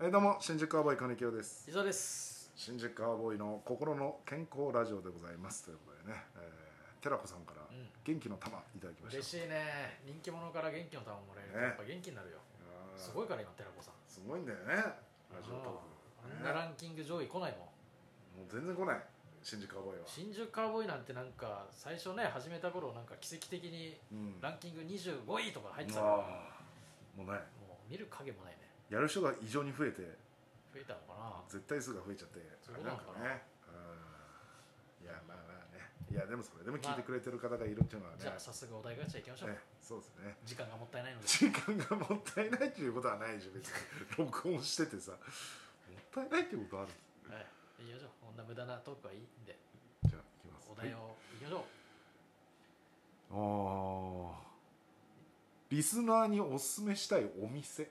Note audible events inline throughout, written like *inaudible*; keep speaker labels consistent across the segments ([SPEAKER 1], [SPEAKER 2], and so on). [SPEAKER 1] えーどうも新宿アボーイ金城です
[SPEAKER 2] 伊沢です
[SPEAKER 1] 新宿アボーイの心の健康ラジオでございますということでね、えー、寺子さんから
[SPEAKER 2] うん
[SPEAKER 1] 元気の玉いただきました、
[SPEAKER 2] 嬉しいね人気者から元気の玉もらえると
[SPEAKER 1] ね
[SPEAKER 2] やっぱ元気になるよ、
[SPEAKER 1] あー
[SPEAKER 2] すごいから今寺子さん
[SPEAKER 1] すごいんだよねラジオト
[SPEAKER 2] あ
[SPEAKER 1] ーク
[SPEAKER 2] んな
[SPEAKER 1] ね
[SPEAKER 2] ランキング上位来ないもん
[SPEAKER 1] もう全然来ない新宿アボーイは、
[SPEAKER 2] 新宿カウボーイなんてなんか最初ね始めた頃なんか奇跡的に
[SPEAKER 1] うん
[SPEAKER 2] ランキング25位とか入ってたから
[SPEAKER 1] あーもう
[SPEAKER 2] も
[SPEAKER 1] ね
[SPEAKER 2] う見る影もないね
[SPEAKER 1] やる人が異常に増えて
[SPEAKER 2] 増えたのかな
[SPEAKER 1] 絶対数が増えちゃって
[SPEAKER 2] そういうことなのかな
[SPEAKER 1] ねうんいやまあまあねいやでもそれでも聞いてくれてる方がいるっていうのはね,、
[SPEAKER 2] じゃあ早速お題ガチャいきましょ
[SPEAKER 1] ね
[SPEAKER 2] う、
[SPEAKER 1] そうですね
[SPEAKER 2] 時間がもったいないので
[SPEAKER 1] 時間がもったいないっていうことはないでしょ別に録音しててさもったいないっていうことある
[SPEAKER 2] はいいきましょうこんな無駄なトークはいいんで
[SPEAKER 1] じゃあいきます
[SPEAKER 2] お
[SPEAKER 1] は
[SPEAKER 2] 題
[SPEAKER 1] い
[SPEAKER 2] をいきましょう、
[SPEAKER 1] あーリスナーにおすすめしたいお店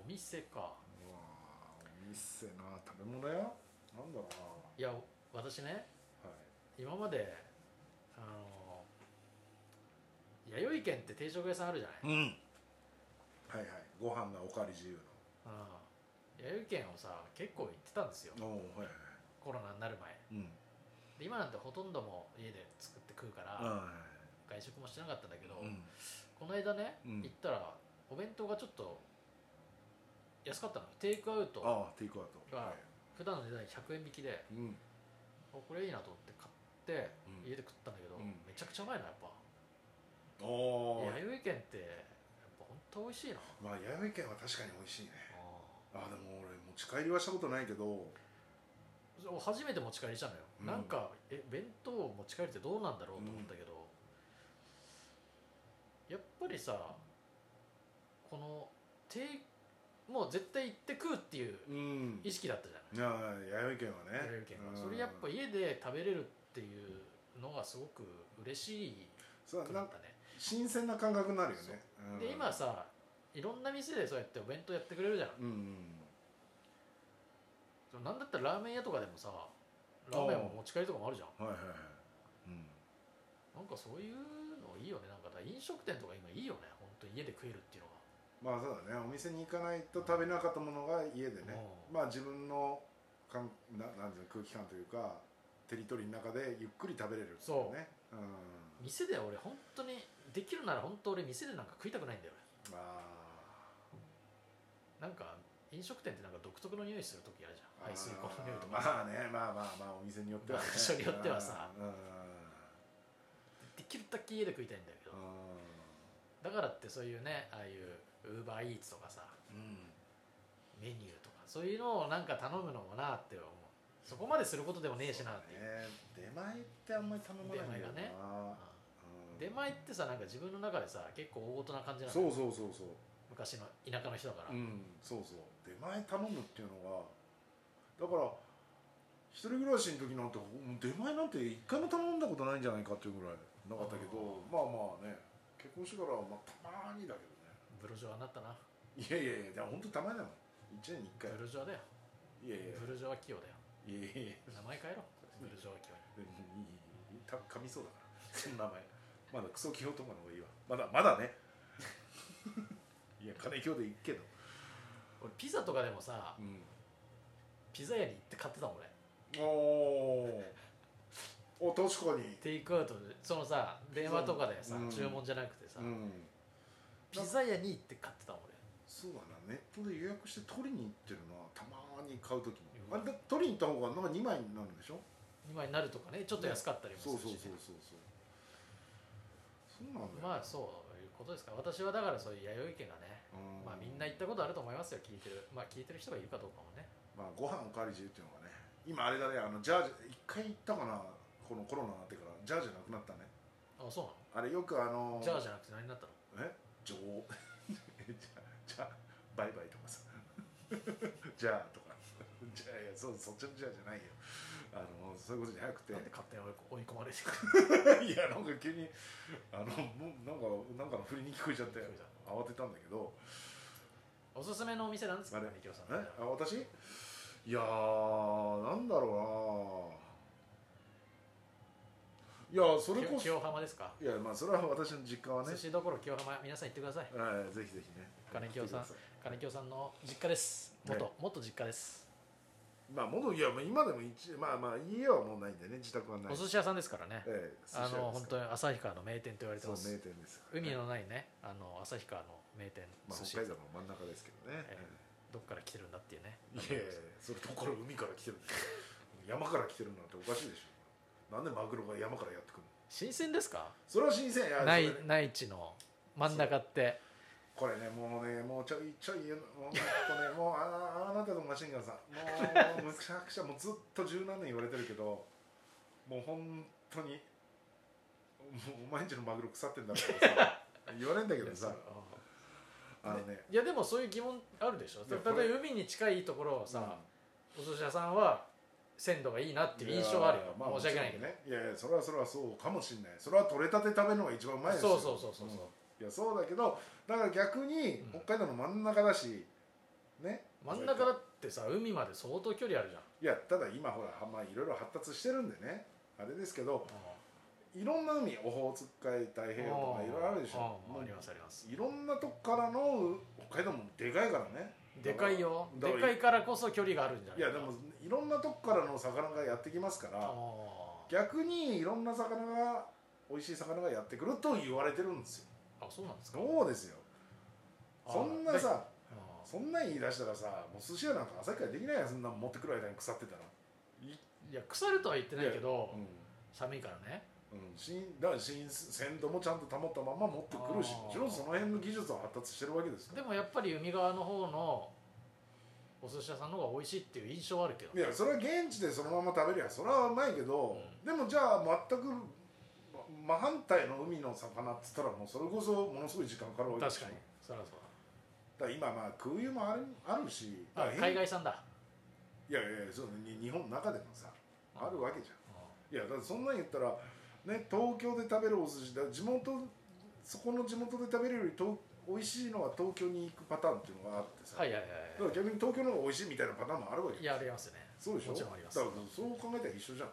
[SPEAKER 2] お店か
[SPEAKER 1] うわーお店な食べ物屋なんだろ
[SPEAKER 2] いや私ね
[SPEAKER 1] うなはい
[SPEAKER 2] 今まであの弥生県って定食屋さんあるじゃない、
[SPEAKER 1] うんはいはいご飯がおかわり自由
[SPEAKER 2] うん弥生県をさ結構行ってたんですよ
[SPEAKER 1] のおおはいはいは
[SPEAKER 2] コロナになる前
[SPEAKER 1] いうん
[SPEAKER 2] で今なんてほとんどもう家で作って食うから
[SPEAKER 1] は
[SPEAKER 2] 外食もしてなかったんだけど、
[SPEAKER 1] いうん
[SPEAKER 2] この間ね、
[SPEAKER 1] うん
[SPEAKER 2] 行ったらお弁当がちょっと安かったのテイクアウト
[SPEAKER 1] ああテイクアウトは
[SPEAKER 2] あ普段の値段100円引きで
[SPEAKER 1] いうん
[SPEAKER 2] おこれいいなと思って買って
[SPEAKER 1] うん
[SPEAKER 2] 家で食ったんだけど、
[SPEAKER 1] うん
[SPEAKER 2] めちゃくちゃうまいなやっぱ
[SPEAKER 1] おおー
[SPEAKER 2] 弥生県ってやっぱ本当美味しいな
[SPEAKER 1] まあ弥生県は確かに美味しいねあ
[SPEAKER 2] あ
[SPEAKER 1] でも俺持ち帰りはしたことないけど
[SPEAKER 2] そう初めて持ち帰りしたのよ、
[SPEAKER 1] うん
[SPEAKER 2] なんかえ弁当を持ち帰りってどうなんだろうと思ったけど、やっぱりさこのてもう絶対行って食うっていう
[SPEAKER 1] うん
[SPEAKER 2] 意識だったじゃない
[SPEAKER 1] いや弥生県はね
[SPEAKER 2] 弥生県
[SPEAKER 1] う
[SPEAKER 2] は
[SPEAKER 1] ん
[SPEAKER 2] それやっぱ家で食べれるっていうのがすごく嬉しい
[SPEAKER 1] そう
[SPEAKER 2] く
[SPEAKER 1] な
[SPEAKER 2] なんっ
[SPEAKER 1] か
[SPEAKER 2] たね
[SPEAKER 1] 新鮮な感覚になるよねうん
[SPEAKER 2] で今さいろんな店でそうやってお弁当やってくれるじゃん
[SPEAKER 1] うんうん
[SPEAKER 2] そのなんだったらラーメン屋とかでもさラーメンも持ち帰りとかもあるじゃん
[SPEAKER 1] はいはいはいうん
[SPEAKER 2] なんかそういうのいいよねなんかだから飲食店とか今いいよね本当に家で食えるっていうのが
[SPEAKER 1] まあそうだねお店に行かないと食べなかったものが家でね
[SPEAKER 2] うん
[SPEAKER 1] まあ自分のかんななんていうの空気感というかテリトリーの中でゆっくり食べれるっていねうん
[SPEAKER 2] 店で俺本当にできるなら本当俺店でなんか食いたくないんだよね
[SPEAKER 1] あ
[SPEAKER 2] なんか飲食店ってなんか独特の匂いする時あるじゃ
[SPEAKER 1] ー
[SPEAKER 2] ん排水口の匂いとか
[SPEAKER 1] まあねまあまあまあお店によってはね
[SPEAKER 2] 場所によってはさ
[SPEAKER 1] うんうん
[SPEAKER 2] できるだけ家で食いたいんだけどだからってそういうねああいうウーバーイーツとかさ
[SPEAKER 1] うん
[SPEAKER 2] メニューとかそういうのをなんか頼むのもなって思うそこまですることでもねえしなっていう
[SPEAKER 1] ね出前ってあんまり頼まないんだよな
[SPEAKER 2] 出前がね
[SPEAKER 1] うん
[SPEAKER 2] 出前ってさなんか自分の中でさ結構大ごとな感じなの
[SPEAKER 1] そうそうそうそう
[SPEAKER 2] 昔の田舎の人だから、
[SPEAKER 1] うんそうそう出前頼むっていうのがだから一人暮らしの時なんてもう出前なんて一回も頼んだことないんじゃないかっていうぐらいなかったけどまあまあね結婚してからはまあたまにだけ
[SPEAKER 2] ブロジョアになったな
[SPEAKER 1] どねいやいやいやでも本当たまにだもん1年に1回
[SPEAKER 2] ブルジョアだよ
[SPEAKER 1] いやいやい
[SPEAKER 2] ブルジョア企業だよ
[SPEAKER 1] やいやいや
[SPEAKER 2] 名前変えろブルジョア企業に
[SPEAKER 1] でもいいいいいいた噛みそうだから *laughs* その名前まだクソキホとかの方がいいわまだまだねいや金京でいいけど
[SPEAKER 2] 俺ピザとかでもさ
[SPEAKER 1] うん
[SPEAKER 2] ピザ屋に行って買ってたもん俺
[SPEAKER 1] おーお確かに
[SPEAKER 2] テイクアウトでそのさ電話とかでさ、
[SPEAKER 1] うん
[SPEAKER 2] 注文じゃなくてさ、
[SPEAKER 1] うん
[SPEAKER 2] ピザ屋に行って買ってたもん俺
[SPEAKER 1] そうだなネットで予約して取りに行ってるなたまに買う時
[SPEAKER 2] う
[SPEAKER 1] もあ
[SPEAKER 2] ん
[SPEAKER 1] れだ取りに行った方がなんか2枚になるんでしょ
[SPEAKER 2] 今になるとかねちょっと安かったりもす
[SPEAKER 1] そう
[SPEAKER 2] る
[SPEAKER 1] そ
[SPEAKER 2] し、
[SPEAKER 1] うそうそうそうそう
[SPEAKER 2] ね
[SPEAKER 1] なんだよ、
[SPEAKER 2] まあそういうことですか私はだからそういう弥生家がね
[SPEAKER 1] う
[SPEAKER 2] まあみんな行ったことあると思いますよ聞いてるまあ聞いてる人がいるかどうかもね
[SPEAKER 1] まあ、ご飯おかわり自由っていうのがね今あれだねあのジャージ一回行ったかなこのコロナになってからジャージなくなったね
[SPEAKER 2] あそうなの
[SPEAKER 1] あれよくあの
[SPEAKER 2] じゃあじゃなくて何になったの
[SPEAKER 1] え女王 *laughs* じゃじゃバイバイとかさ *laughs* じゃあとかじゃあいやそうそっちのじゃあじゃないよあのそういうことじゃな
[SPEAKER 2] *laughs*
[SPEAKER 1] くて
[SPEAKER 2] なんで勝手に追い込まれてくる
[SPEAKER 1] いやなんか急にあのもうなんかなんかの振りに聞こえちゃって
[SPEAKER 2] 聞こえちゃう
[SPEAKER 1] 慌てたんだけど
[SPEAKER 2] おすすめのお店なんですか
[SPEAKER 1] あれ
[SPEAKER 2] ね京さん
[SPEAKER 1] えあ私いやーなんだろうないやそれ
[SPEAKER 2] き
[SPEAKER 1] こそ
[SPEAKER 2] 清浜ですか
[SPEAKER 1] いやまあそれは私の実家はね
[SPEAKER 2] 寿司どころ清浜皆さん行ってください
[SPEAKER 1] はいぜひぜひね
[SPEAKER 2] 金京さ
[SPEAKER 1] 来てく
[SPEAKER 2] ん
[SPEAKER 1] ださい
[SPEAKER 2] 金京さんの実家です元、
[SPEAKER 1] ね
[SPEAKER 2] 元実家です、
[SPEAKER 1] まあ物いやまあ今でも一まあまあ家はもうないんでね自宅はない
[SPEAKER 2] お寿司屋さんですからね
[SPEAKER 1] ええ寿司
[SPEAKER 2] あ
[SPEAKER 1] 屋
[SPEAKER 2] の
[SPEAKER 1] ですか
[SPEAKER 2] 本当
[SPEAKER 1] ら
[SPEAKER 2] に旭川の名店と言われてま
[SPEAKER 1] そう名
[SPEAKER 2] す
[SPEAKER 1] 店ですからね
[SPEAKER 2] 海のないねあの旭川の名店
[SPEAKER 1] まあ、
[SPEAKER 2] 寿司
[SPEAKER 1] 北海道の真ん中ですけどね、
[SPEAKER 2] えどっから来てるんだっていうね
[SPEAKER 1] いやいやそれどこから海から来てるんですか山から来てるなんておかしいでしょなんでマグロが山からやってくるの
[SPEAKER 2] 新鮮ですか
[SPEAKER 1] それは新鮮や
[SPEAKER 2] 内
[SPEAKER 1] それね
[SPEAKER 2] 内地の真ん中って
[SPEAKER 1] これねもうねもうちょいちょい言うもうちょっとねもうああなたのマシンガンさんもうむちゃくちゃもうずっと十何年言われてるけどもう本当にもうお前んちのマグロ腐ってんだろうからさ言われんだけどさあのね
[SPEAKER 2] いやでもそういう疑問あるでしょ
[SPEAKER 1] い
[SPEAKER 2] 例
[SPEAKER 1] や
[SPEAKER 2] え
[SPEAKER 1] これ
[SPEAKER 2] ば海に近いところをさ、お寿司屋さんは鮮度がいいなっていう印象はあるよ
[SPEAKER 1] や、ま
[SPEAKER 2] 申し訳ないけど、
[SPEAKER 1] もちろんねいやいやそれはそれはそうかもしれないそれは取れたて食べるのが一番うまいですよ
[SPEAKER 2] そうそうそうそうそ
[SPEAKER 1] い
[SPEAKER 2] うん
[SPEAKER 1] やそうだけどだから逆に
[SPEAKER 2] うん
[SPEAKER 1] 北海道の真ん中だし、ね
[SPEAKER 2] 真ん中だってさ海まで相当距離あるじゃん
[SPEAKER 1] いやただ今ほらまあいろいろ発達してるんでねあれですけどいろんな海オホーツク海太平洋とかいろいろあるでしょ
[SPEAKER 2] うん
[SPEAKER 1] もう
[SPEAKER 2] ありますあります
[SPEAKER 1] いろんなとこからの北海道もでかいからね
[SPEAKER 2] でかいよ
[SPEAKER 1] だ
[SPEAKER 2] で
[SPEAKER 1] から
[SPEAKER 2] かいからこそ距離があるんじゃない
[SPEAKER 1] いやでもいろんなとこからの魚がやってきますから、
[SPEAKER 2] あー
[SPEAKER 1] 逆にいろんな魚が美味しい魚がやってくると言われてるんですよ
[SPEAKER 2] あそうなんですか
[SPEAKER 1] そうですよ
[SPEAKER 2] あー
[SPEAKER 1] そんなさ
[SPEAKER 2] あ
[SPEAKER 1] そんなん言い出したらさもう寿司屋なんか朝からできないやんそんなん持ってくる間に腐ってたら
[SPEAKER 2] ーいや腐るとは言ってないけど
[SPEAKER 1] うん、
[SPEAKER 2] 寒いからね
[SPEAKER 1] うん、新だから新鮮度もちゃんと保ったまま持ってくるしも
[SPEAKER 2] あー
[SPEAKER 1] ちろんその辺の技術は発達してるわけですか
[SPEAKER 2] で
[SPEAKER 1] ら
[SPEAKER 2] もやっぱり海側の方のお寿司屋さんの方が美味しいっていう印象はあるけど
[SPEAKER 1] いやそれは現地でそのまま食べりゃそれはうまいけど、
[SPEAKER 2] う
[SPEAKER 1] でもじゃあ全くま真反対の海の魚っつったらもうそれこそものすごい時間かかるわけで
[SPEAKER 2] 確
[SPEAKER 1] すよ
[SPEAKER 2] かにそりゃそう
[SPEAKER 1] だから今まあ空輸もあるあるし
[SPEAKER 2] だあ
[SPEAKER 1] だから
[SPEAKER 2] 海外産だ
[SPEAKER 1] いやいやいやそうに日本の中でもさあるわけじゃんいやだってそんなん言ったらね東京で食べるお寿司だ地元そこの地元で食べるより東美味しいのは東京に行くパターンっていうのがあってさ、
[SPEAKER 2] はいはいは
[SPEAKER 1] だか
[SPEAKER 2] い
[SPEAKER 1] ら逆に東京の方が美味しいみたいなパターンもあるわけ
[SPEAKER 2] い
[SPEAKER 1] よ
[SPEAKER 2] やありますよね
[SPEAKER 1] そうでしょ
[SPEAKER 2] もちろんあります
[SPEAKER 1] だからそう考えたら一緒じゃん、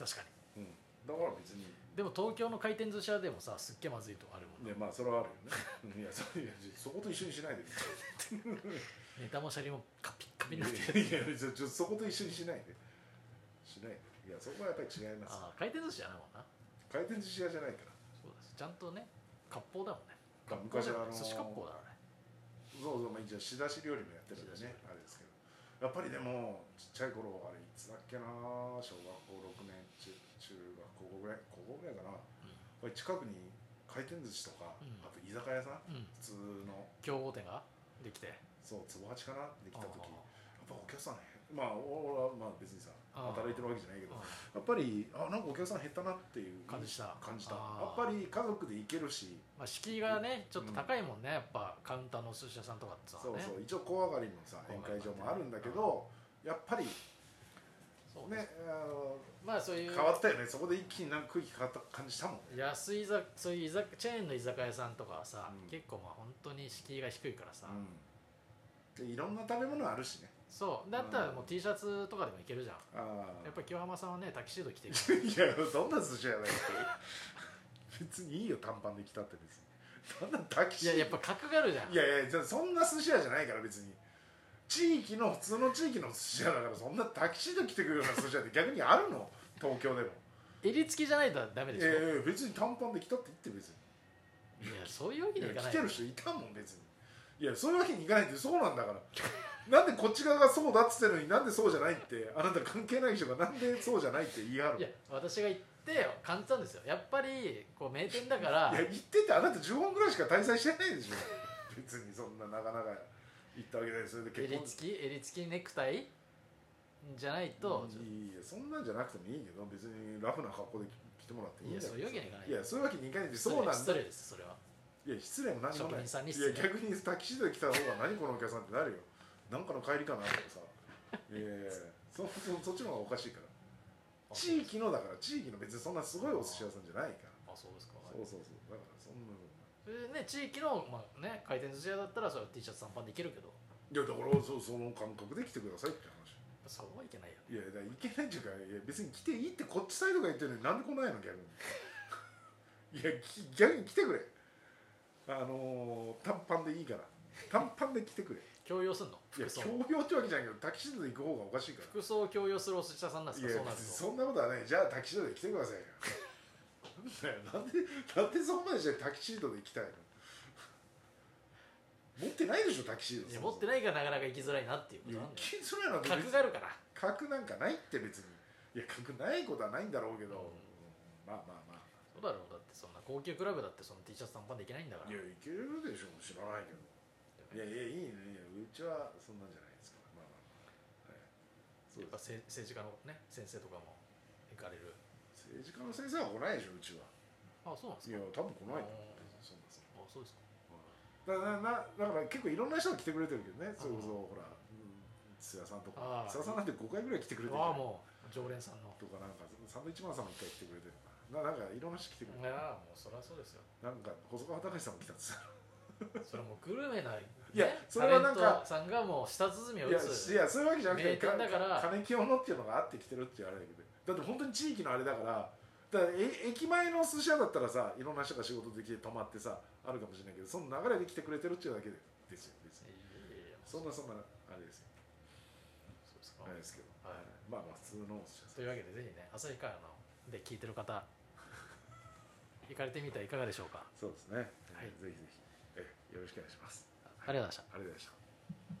[SPEAKER 2] 確かに
[SPEAKER 1] うん、だから別に
[SPEAKER 2] でも東京の回転寿司屋でもさすっげえまずいとこあるもんね
[SPEAKER 1] ねまあそれはある
[SPEAKER 2] *laughs*
[SPEAKER 1] よねうんいやそいやそこと一緒にしないで
[SPEAKER 2] ネタもシャリもカピッカピ
[SPEAKER 1] い
[SPEAKER 2] に
[SPEAKER 1] や
[SPEAKER 2] ないって
[SPEAKER 1] やい
[SPEAKER 2] る
[SPEAKER 1] やちょちょそこと一緒にしないでしないでいやそこはやっぱり違います
[SPEAKER 2] ああ回転寿司じゃないもんな
[SPEAKER 1] 回転寿司屋じゃないから
[SPEAKER 2] そうですちゃんとね割烹だもんね
[SPEAKER 1] あ昔あのー
[SPEAKER 2] 寿司割烹だろうね
[SPEAKER 1] そうそうまあ一応仕出し料理もやってるんで
[SPEAKER 2] 仕出し
[SPEAKER 1] ねあれですけどやっぱりでもちっちゃい頃あれいつだっけな小学校6年中中学校ぐらい高校ぐらいかな、これ近くに回転寿司とか、
[SPEAKER 2] うん
[SPEAKER 1] あと居酒屋さん
[SPEAKER 2] うん
[SPEAKER 1] 普通の
[SPEAKER 2] 競合店ができて
[SPEAKER 1] そう壺八かなできた時や
[SPEAKER 2] あ
[SPEAKER 1] っぱお客さんねまあ俺はまあ別にさ
[SPEAKER 2] あー
[SPEAKER 1] 働いてるわけじゃないけど
[SPEAKER 2] あ
[SPEAKER 1] やっぱりあなんかお客さん減ったなっていう
[SPEAKER 2] 感じした
[SPEAKER 1] 感じたや
[SPEAKER 2] あ
[SPEAKER 1] っ
[SPEAKER 2] ー
[SPEAKER 1] ぱり家族で行けるし
[SPEAKER 2] まあ敷居がねちょっと高いもんねやっぱカウンターのお寿司屋さんとかってさ
[SPEAKER 1] そう
[SPEAKER 2] ね
[SPEAKER 1] そう一応小上がりのさ宴
[SPEAKER 2] 小上がり
[SPEAKER 1] 会場もあるんだけどやっぱり
[SPEAKER 2] そう
[SPEAKER 1] ね
[SPEAKER 2] ね
[SPEAKER 1] あの
[SPEAKER 2] まあそういう
[SPEAKER 1] 変わったよねそこで一気になんか空気変わった感じしたもん
[SPEAKER 2] 安いざそういう居酒チェーンの居酒屋さんとかはさ、
[SPEAKER 1] うん
[SPEAKER 2] 結構まあ本当に敷居が低いからさ、
[SPEAKER 1] うん、でいろんな食べ物あるしね
[SPEAKER 2] そうだったらもう T シャツとかでもいけるじゃん、
[SPEAKER 1] ああ
[SPEAKER 2] やっぱり清浜さんはねタキシード着てるか
[SPEAKER 1] *laughs* いやどんな寿司やないって別にいいよ短パンで来たって別にそんなタキシー
[SPEAKER 2] ら
[SPEAKER 1] ド
[SPEAKER 2] いややっぱ格があるじゃん
[SPEAKER 1] いやいやじゃあそんな寿司屋じゃないから別に地域の普通の地域の寿司屋だからそんなタキシード着てくるような寿司屋って逆にあるの東京でも
[SPEAKER 2] 襟付きじゃないとダメでしょ、
[SPEAKER 1] ええ別に短パンで来たって言って別に
[SPEAKER 2] いやそういうわけ
[SPEAKER 1] い
[SPEAKER 2] に
[SPEAKER 1] や
[SPEAKER 2] はいかな
[SPEAKER 1] 来
[SPEAKER 2] い
[SPEAKER 1] てる人いたもん別にいやそういうわけにいかないってそうなんだから *laughs* なんでこっち側がそうだっつってんのになんでそうじゃないってあなた関係ない人がなんでそうじゃないって言い張る
[SPEAKER 2] いや私が言って感じたんですよやっぱりこう名店だから
[SPEAKER 1] いや行っててあなた10本ぐらいしか滞在してないでしょ別にそんななかなか行ったわけないそれで結
[SPEAKER 2] 襟
[SPEAKER 1] 婚
[SPEAKER 2] 付き襟付きネクタイじゃないと、
[SPEAKER 1] うんいやそんなんじゃなくてもいいけど別にラフな格好で来てもらっていいんだ
[SPEAKER 2] いやそういうわけにいかない
[SPEAKER 1] いやそういうわけにいかないって
[SPEAKER 2] 失礼
[SPEAKER 1] そうなん
[SPEAKER 2] 失
[SPEAKER 1] だ
[SPEAKER 2] 礼ですそれはい
[SPEAKER 1] や失礼も何も
[SPEAKER 2] 職
[SPEAKER 1] ない
[SPEAKER 2] 人さんに
[SPEAKER 1] い
[SPEAKER 2] 失礼
[SPEAKER 1] や逆にタキシードで来た方が何このお客さんってなるよなんかの帰りかなとかさいやいやいやそそそっちの方がおかしいから
[SPEAKER 2] あ
[SPEAKER 1] 地域のだから地域の別にそんなすごいお寿司屋さんじゃないから
[SPEAKER 2] あそうですか
[SPEAKER 1] そうそうそうだからそんなの
[SPEAKER 2] それでね地域の、まあね、回転寿司屋だったらそれは T シャツ短パンでいけるけど
[SPEAKER 1] いやだからそうその感覚で来てくださいって話
[SPEAKER 2] そうはいけないよね
[SPEAKER 1] いやだからいけないっていうかいや別に来ていいってこっちサイドが言ってるのになんで来ないの逆にいやき逆に来てくれあのー短パンでいいから短パンで来てくれ
[SPEAKER 2] 強要すんの
[SPEAKER 1] いや
[SPEAKER 2] 服装
[SPEAKER 1] 強要ってわけじゃないけどタキシードで行く方がおかしいか
[SPEAKER 2] 服装を強要するお寿司屋さんなん
[SPEAKER 1] ら
[SPEAKER 2] で
[SPEAKER 1] い
[SPEAKER 2] す
[SPEAKER 1] や
[SPEAKER 2] かそうなる
[SPEAKER 1] 別に
[SPEAKER 2] と
[SPEAKER 1] そんなことはないじゃあタキシードで来てくださいよなんで *laughs* なんでそこまでしてタキシードで行きたいの持ってないでしょタキシード
[SPEAKER 2] いや持って
[SPEAKER 1] ない
[SPEAKER 2] ないからなかなか行きづらいなっていうこと
[SPEAKER 1] や
[SPEAKER 2] なん
[SPEAKER 1] 行きづらいな
[SPEAKER 2] だよ格があるから
[SPEAKER 1] 格なんかないって別にいや格ないことはないんだろうけど、
[SPEAKER 2] うん
[SPEAKER 1] まあまあまあ
[SPEAKER 2] そうだろうだってそんな高級クラブだってその T シャツ短パンでいけないんだから
[SPEAKER 1] いやいけるでしょ知らないけどいやいやいいねいやうちはそんなんじゃないですからまあまあまあ、はい、そう
[SPEAKER 2] やっ
[SPEAKER 1] で
[SPEAKER 2] ぱせ政治家のね先生とかも行かれる
[SPEAKER 1] す政治家の先生は来ないでしょうちは
[SPEAKER 2] あそうなん
[SPEAKER 1] い
[SPEAKER 2] ですか
[SPEAKER 1] や多分来ないと思う
[SPEAKER 2] あー
[SPEAKER 1] そんなそん
[SPEAKER 2] あそうですか
[SPEAKER 1] なだからなだから結構いろんな人が来てくれてるけどねそれこそほらうん須田さんとか
[SPEAKER 2] あー
[SPEAKER 1] 須田さんなんて5回ぐらい来てくれてるじゃん
[SPEAKER 2] ああもう常連さんの
[SPEAKER 1] とかなんかサンドイッチマンさんも1回来てくれてるなななんかいろんな人来てくれて
[SPEAKER 2] いやもうそりゃそうですよ
[SPEAKER 1] るなんか細川隆さんも来たっつって
[SPEAKER 2] それはもうグルメな、ね、
[SPEAKER 1] いやそれはなんか
[SPEAKER 2] タレントさんがもう舌鼓を
[SPEAKER 1] いやい
[SPEAKER 2] 打つ
[SPEAKER 1] やそういうわけじゃなくて
[SPEAKER 2] 名店だから
[SPEAKER 1] 金清のっていうのがあってきてるっていうあれだけどだって本当に地域のあれだからだからえ駅前の寿司屋だったらさいろんな人が仕事できて泊まってさあるかもしれないけどその流れで来てくれてるっていうだけでですよ別に
[SPEAKER 2] いやいやいや
[SPEAKER 1] そんなそんなあれですよ
[SPEAKER 2] そうですか、
[SPEAKER 1] あれですけど、
[SPEAKER 2] はい
[SPEAKER 1] まあまあ普通の寿司屋さん
[SPEAKER 2] というわけでぜひね旭川ので聞いてる方行かれてみてはいかがでしょうか
[SPEAKER 1] そうですね、
[SPEAKER 2] はい
[SPEAKER 1] ぜひぜひえよろしくお願いします
[SPEAKER 2] ありがとうございました
[SPEAKER 1] ありがとうございました